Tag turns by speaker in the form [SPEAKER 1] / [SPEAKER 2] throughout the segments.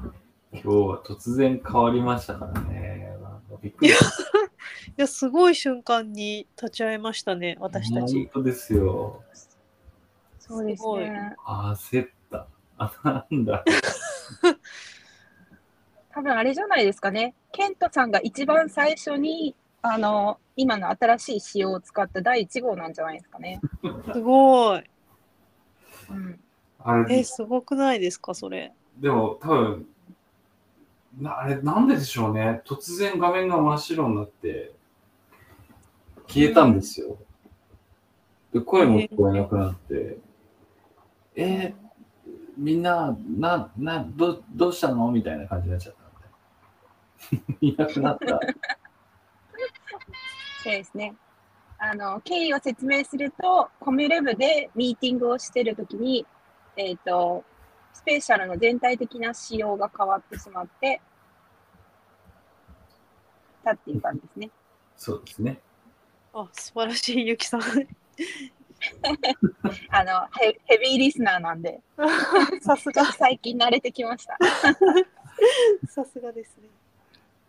[SPEAKER 1] 今日は突然変わりましたからね。なんかびっくりした
[SPEAKER 2] いや、すごい瞬間に立ち会えましたね、私たち。
[SPEAKER 1] 本当ですよ。
[SPEAKER 3] そうです
[SPEAKER 2] すごい
[SPEAKER 3] ね。
[SPEAKER 1] 焦った。あ、なんだ。
[SPEAKER 3] 多分あれじゃないですかね。ケントさんが一番最初に、あの、今の新しい仕様を使った第1号なんじゃないですかね。
[SPEAKER 2] すごい。
[SPEAKER 3] うん。
[SPEAKER 1] あれ
[SPEAKER 2] え、、すごくないですか、それ。
[SPEAKER 1] でも多分、なあれ、なんででしょうね。突然画面が真っ白になって、消えたんですよ。で、声も聞こえなくなって、えーみんな、な、な、ど、どうしたのみたいな感じになっちゃったんで。い なくなった。
[SPEAKER 3] そうですね。あの、経緯を説明すると、コミュレブでミーティングをしてるときに、えっ、と、スペシャルの全体的な仕様が変わってしまって、たっていう感じですね。
[SPEAKER 1] そうですね。
[SPEAKER 2] あ、素晴らしい、ゆき さん。
[SPEAKER 3] あの、ヘヘビーリスナーなんで、
[SPEAKER 2] さす
[SPEAKER 3] ちょ
[SPEAKER 2] が
[SPEAKER 3] っ、と最近慣れてきました。
[SPEAKER 2] さすがです ね。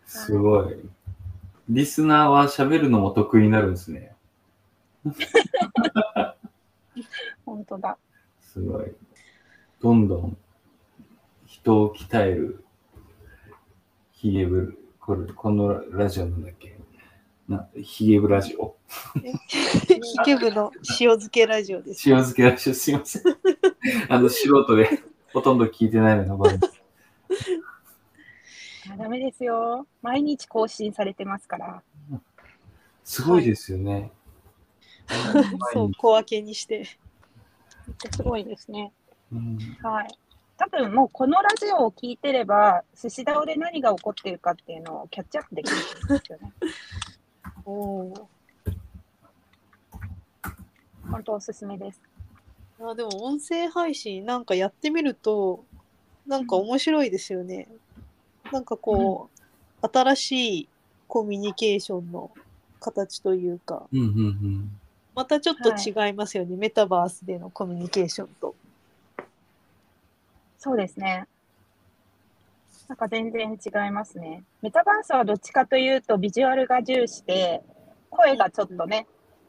[SPEAKER 1] すごい。リスナーは喋るのも得意になるんですね。
[SPEAKER 3] 本当だ。
[SPEAKER 1] すごい。どんどん人を鍛えるヒゲブこれ、このラジオなんだっけなヒゲブラジオ。
[SPEAKER 2] ヒケ部の塩漬けラジオです。
[SPEAKER 1] 塩漬けラジオすいま せん。あの素人でほとんど聞いてないのがバレた
[SPEAKER 3] あダメですよ。毎日更新されてますから。
[SPEAKER 1] すごいですよね。
[SPEAKER 2] そう、小分けにして。
[SPEAKER 3] すごいですね。
[SPEAKER 1] うん
[SPEAKER 3] はい。多分もうこのラジオを聞いてれば、寿司ダオで何が起こってるかっていうのをキャッチアップできるんですよ ね。
[SPEAKER 2] おー
[SPEAKER 3] 本当おすすめです。
[SPEAKER 2] あでも音声配信なんかやってみるとなんか面白いですよね。なんかこう、新しいコミュニケーションの形というか
[SPEAKER 1] うんうんうん。
[SPEAKER 2] またちょっと違いますよね、メタバースでのコミュニケーションと。
[SPEAKER 3] そうですね。なんか全然違いますね。メタバースはどっちかというとビジュアルが重視で、声がちょっとね、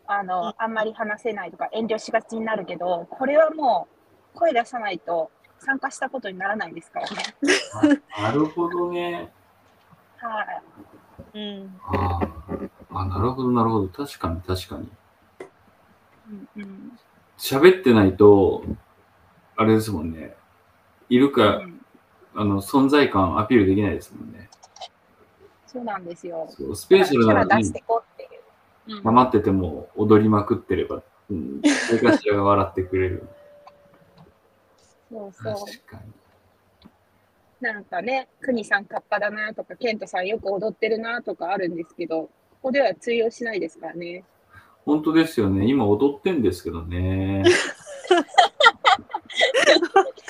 [SPEAKER 3] あ
[SPEAKER 2] うん
[SPEAKER 3] の、あんまり話せないとか遠慮しがちになるけど、これはもう声出さないと参加したことにならないですからね。
[SPEAKER 1] あなるほどね。
[SPEAKER 3] はい。
[SPEAKER 2] うん、
[SPEAKER 1] あーあ、なるほど、なるほど。確かに、確かに。
[SPEAKER 3] うんうん
[SPEAKER 1] 喋ってないと、あれですもんね。いる
[SPEAKER 3] う
[SPEAKER 1] か、
[SPEAKER 3] ん
[SPEAKER 1] あの、存在感アピールできないですもんね。
[SPEAKER 3] そうなんですよ。
[SPEAKER 1] そうスペシャルな
[SPEAKER 3] だか
[SPEAKER 1] の
[SPEAKER 3] らキャラ出
[SPEAKER 1] に
[SPEAKER 3] してこうっていう。
[SPEAKER 1] 黙ってても踊りまくってれば、うん、誰かしらが笑ってくれる。
[SPEAKER 3] そう
[SPEAKER 1] 確
[SPEAKER 3] そ
[SPEAKER 1] かに。
[SPEAKER 3] う。なんかね、くにさんカッパだなとか、ケントさんよく踊ってるなとかあるんですけど、ここでは通用しないですからね。
[SPEAKER 1] 本当ですよね。今踊ってんですけどね。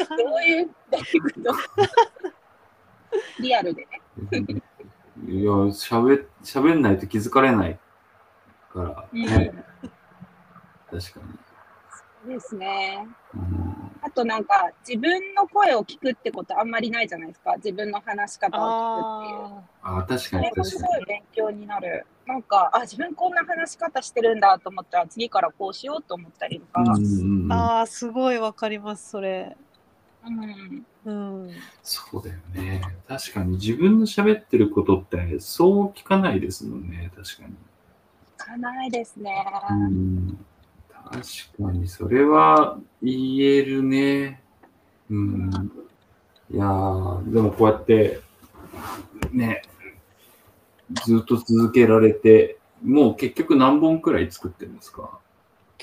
[SPEAKER 3] どういう、どういうことリアルでね。
[SPEAKER 1] いや、喋、喋んないと気づかれないから、
[SPEAKER 3] うん
[SPEAKER 1] ね。確かに。
[SPEAKER 3] ですね。
[SPEAKER 1] うん
[SPEAKER 3] あとなんか、自分の声を聞くってことあんまりないじゃないですか。自分の話し方を聞くっていう。
[SPEAKER 2] あ
[SPEAKER 1] あ、確
[SPEAKER 3] そ
[SPEAKER 1] か
[SPEAKER 3] れ
[SPEAKER 1] に、
[SPEAKER 3] もす
[SPEAKER 1] 確か
[SPEAKER 3] ごい勉強になる。なんか、あ、自分こんな話し方してるんだと思ったら、次からこうしようと思ったりとか。
[SPEAKER 1] に。うんうんうん
[SPEAKER 2] ーあーすごいわかりますそれ。
[SPEAKER 3] うん、
[SPEAKER 2] うん、
[SPEAKER 1] そうだよね。確かに自分の喋ってることってそう聞かないですもんね。確かに。
[SPEAKER 3] 聞かないですね。
[SPEAKER 1] うん。確かに、それは言えるね。うん。いやー、でもこうやって、ね、ずっと続けられて、もう結局何本くらい作ってるんですか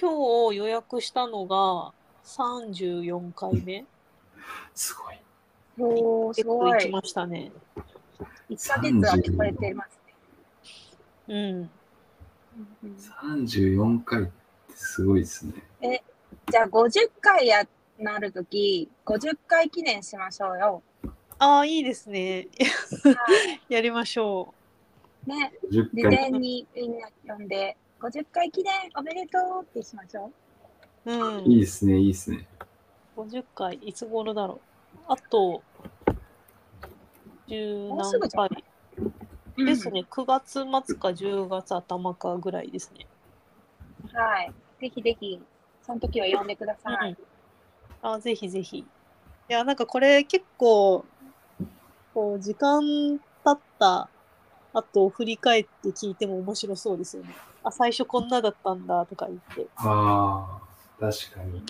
[SPEAKER 2] 今日予約したのが34回目。
[SPEAKER 1] すごい。
[SPEAKER 3] おお、す
[SPEAKER 2] 結
[SPEAKER 3] ご
[SPEAKER 2] 構行き
[SPEAKER 3] い。
[SPEAKER 2] ましたね。
[SPEAKER 3] 一ヶ月は聞こえてますね。
[SPEAKER 2] うん。
[SPEAKER 3] うんうん
[SPEAKER 1] 34回ってすごいですね。
[SPEAKER 3] じゃあ、50回やなるとき、50回記念しましょうよ。
[SPEAKER 2] ああいいですね。
[SPEAKER 3] はい
[SPEAKER 2] やりましょ
[SPEAKER 3] ね、
[SPEAKER 1] 10
[SPEAKER 3] 事
[SPEAKER 1] 回。
[SPEAKER 3] 前にみんな呼んで、50回記念おめでとうってしましょう。
[SPEAKER 2] う。うん。
[SPEAKER 1] いいですね、いいですね。
[SPEAKER 2] 50回いつ頃だろうあと十
[SPEAKER 3] もうす
[SPEAKER 2] 何
[SPEAKER 3] ぐじゃ
[SPEAKER 2] 回
[SPEAKER 3] ない
[SPEAKER 2] ですね、9月末か10月頭かぐらいですね。
[SPEAKER 3] うん。はい。ぜひぜひ、その時は呼んでくださ
[SPEAKER 2] う
[SPEAKER 3] い。
[SPEAKER 2] んあぜひぜひ。いや、なんかこれ結構、こう、時間経った後振り返って聞いても面白そうですよね。あ、最初こんなだったんだとか言って。
[SPEAKER 1] ああ、確かに。